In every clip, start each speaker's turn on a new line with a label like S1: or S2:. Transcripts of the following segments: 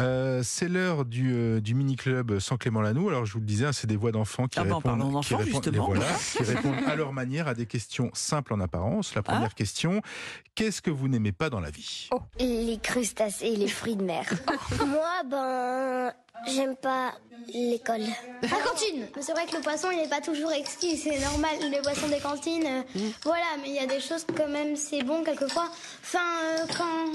S1: Euh, c'est l'heure du, euh, du mini-club sans Clément Lanoux. Alors, je vous le disais, hein, c'est des voix d'enfants qui
S2: Ah bah, en
S1: répondent,
S2: parlant
S1: qui
S2: d'enfants,
S1: répondent- les
S2: justement.
S1: voilà, qui répondent à leur manière à des questions simples en apparence. La première
S2: Ah.
S1: question, qu'est-ce que vous n'aimez pas dans la vie
S3: Oh.
S4: Les crustacés et les fruits de mer. Moi, ben, j'aime pas l'école.
S5: La cantine C'est vrai que le poisson, il n'est pas toujours exquis, c'est normal, le poisson des cantines. euh, Voilà, mais il y a des choses quand même, c'est bon quelquefois. Enfin, euh, quand,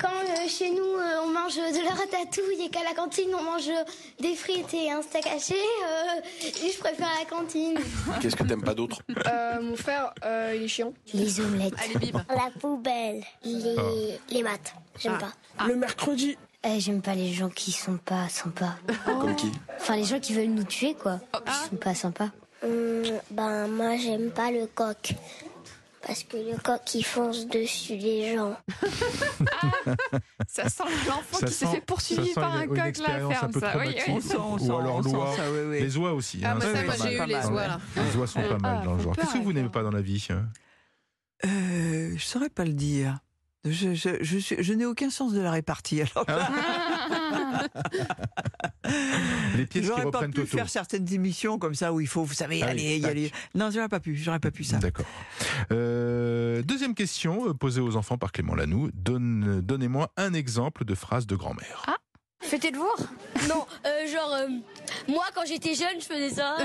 S5: quand euh, chez nous, euh, on mange de la ratatouille et qu'à la cantine, on mange des frites et un steak haché, euh, je préfère la cantine.
S6: Qu'est-ce que t'aimes pas d'autre
S7: Euh, mon frère, euh, il est chiant.
S4: Les omelettes.
S2: Allez, bim. Ah.
S4: La poubelle. Les,
S6: Ah.
S4: les maths. J'aime pas.
S8: Le mercredi,
S4: Eh, j'aime pas les gens qui sont pas sympas.
S2: Oh.
S6: Comme qui
S4: Enfin, les gens qui veulent nous tuer, quoi.
S2: ah.
S4: Ils sont pas sympas. ben, moi, j'aime pas le coq. Parce que le coq, il fonce dessus les gens.
S3: Ça sent l'enfant
S1: Ça
S3: qui s'est
S1: sent-
S3: fait
S1: ça
S3: poursuivre
S1: sent
S3: par
S1: une-
S3: un
S1: une
S3: coq là à la
S1: expérience un
S3: ferme.
S1: peu
S3: ça. Oui, oui.
S2: On
S1: traumatique.
S2: sent, on
S1: Ou
S2: sent,
S1: alors
S2: on sent
S1: l'oie.
S2: ça, oui, oui.
S1: Les oies aussi.
S3: Ah,
S1: hein,
S3: moi,
S1: c'est
S3: ça,
S1: pas
S3: moi,
S1: mal.
S3: j'ai eu
S2: pas
S3: les
S2: mal,
S3: oies,
S2: ouais.
S3: là.
S1: Les oies sont pas mal
S3: Ah,
S1: dans le
S3: faut
S1: genre.
S3: peur,
S1: Qu'est-ce que vous
S3: ouais.
S1: n'aimez pas dans la vie euh
S2: Euh, je saurais pas le dire. Je, je, je, suis- je n'ai aucun sens de la répartie. Alors,
S1: Ah, Les pièces qui
S2: j'aurais pas
S1: reprennent
S2: pu
S1: Toto.
S2: faire certaines émissions comme ça où il faut, vous savez,
S1: Ah oui,
S2: aller, y
S1: tac.
S2: aller. Non, j'aurais pas pu. J'aurais pas pu ça.
S1: D'accord. Euh, deuxième question euh, posée aux enfants par Clément Lanoux. Donne- euh, Donnez-moi un exemple de phrase de grand-mère.
S5: Fêtez-le-voir
S9: Non, euh, genre euh, moi quand j'étais jeune, je faisais ça.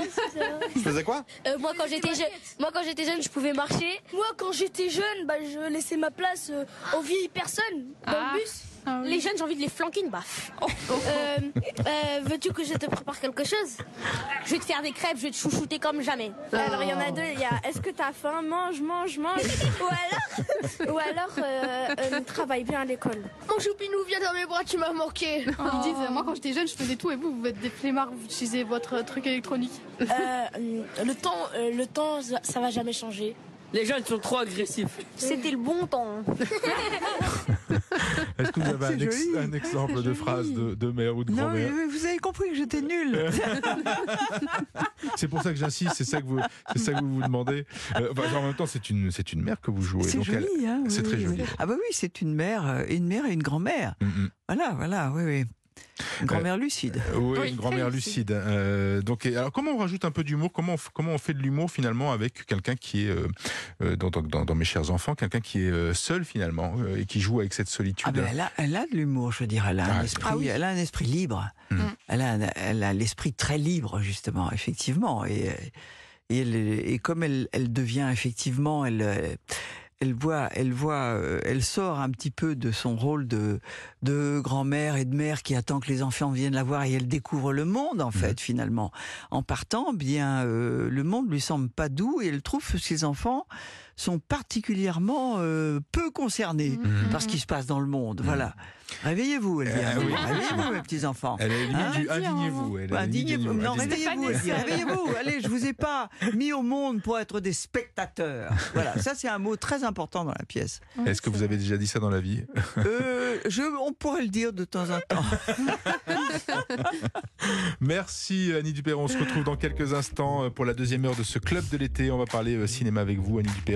S6: Je faisais quoi
S9: Euh, moi quand j'étais jeune, moi quand j'étais jeune, je pouvais marcher. Moi quand j'étais jeune, bah je laissais ma place euh, aux vieilles personnes dans
S3: Ah.
S9: le bus. Les jeunes, j'ai envie de les flanquer une baffe. Euh, euh, Veux-tu que je te prépare quelque chose Je vais te faire des crêpes, je vais te chouchouter comme jamais.
S7: Alors, il y en a deux, il y a est-ce que t'as faim Mange, mange, mange. ou alors, ou alors euh, euh, travaille bien à l'école.
S5: Mon choupinou, viens dans mes bras, tu m'as manqué
S3: Oh.
S10: Ils disent, moi quand j'étais jeune, je faisais tout et vous, vous êtes des flemmards, vous utilisez votre truc électronique.
S9: Euh, le temps, le temps, ça va jamais changer.
S11: Les jeunes sont trop agressifs.
S9: C'était le bon temps. hein.
S1: Est-ce que vous avez un,
S2: Ah, c'est
S1: ex-
S2: joli.
S1: un exemple de
S2: joli.
S1: phrase de, de mère ou de
S2: Non,
S1: grand-mère Euh,
S2: mais vous avez compris que j'étais nulle.
S1: C'est pour ça que j'insiste, c'est ça que vous, c'est ça que vous vous demandez. Euh, enfin, en même temps, c'est une, c'est une mère que vous jouez.
S2: C'est
S1: donc elle-
S2: joli, hein
S1: c'est
S2: oui,
S1: très
S2: oui,
S1: joli.
S2: oui. Ah bah oui, c'est une mère, euh, une mère et une grand-mère.
S1: Mm, mm.
S2: Voilà, voilà, oui, oui.
S1: Euh,
S2: Une grand-mère lucide.
S1: Oui,
S3: Oui,
S1: une grand-mère
S3: très
S1: lucide. Euh, donc, et alors, comment on rajoute un peu d'humour comment on, f- comment on fait de l'humour finalement avec quelqu'un qui est, euh, euh, dans, dans- dans- dans mes chers enfants, quelqu'un qui est euh, seul finalement euh, et qui joue avec cette solitude
S2: Ah ben elle, a, elle a de l'humour, je veux dire. Elle a, un
S1: Ah,
S2: esprit, elle a un esprit libre.
S1: Mm.
S2: Elle a un- elle a l'esprit très libre, justement, effectivement. Et, euh, et, elle- et comme elle, elle devient, effectivement, elle, euh, elle voit, elle voit, euh, elle sort un petit peu de son rôle de, de grand-mère et de mère qui attend que les enfants viennent la voir et elle découvre le monde,
S1: Mm.
S2: en fait, finalement. En partant, bien, euh, le monde lui semble pas doux et elle trouve que ses enfants sont particulièrement euh, peu concernés
S1: Mm.
S2: par ce qui se passe dans le monde. Voilà. Réveillez-vous, elle dit.
S1: Euh, Mm. oui.
S2: Réveillez-vous, mes petits enfants.
S1: Elle est
S2: Hein
S1: du
S3: Vas-y,
S1: indignez-vous. elle est
S2: Indignez-vous.
S1: indignez-vous,
S2: Non,
S1: indignez-vous.
S2: réveillez-vous. elle dit. Réveillez-vous. Allez, je vous ai pas mis au monde pour être des spectateurs. Voilà. Ça, c'est un mot très important dans la pièce.
S1: Est-ce que vous avez déjà dit ça dans la vie
S2: Euh, je, on pourrait le dire de temps en temps.
S1: Merci Annie Dupéret. On se retrouve dans quelques instants pour la deuxième heure de ce club de l'été. On va parler euh, cinéma avec vous, Annie Dupéret.